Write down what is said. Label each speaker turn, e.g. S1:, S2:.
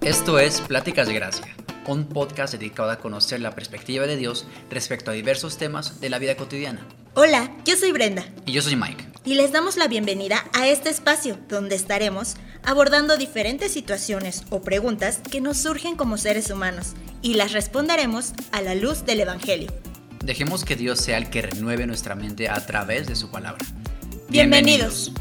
S1: Esto es Pláticas de Gracia, un podcast dedicado a conocer la perspectiva de Dios respecto a diversos temas de la vida cotidiana.
S2: Hola, yo soy Brenda
S1: Y yo soy Mike.
S2: y les damos la bienvenida a este espacio donde estaremos abordando diferentes situaciones o preguntas que nos surgen como seres humanos y las responderemos a la luz del Evangelio.
S1: Dejemos que Dios sea el que renueve nuestra mente a través de su palabra.
S2: Bienvenidos.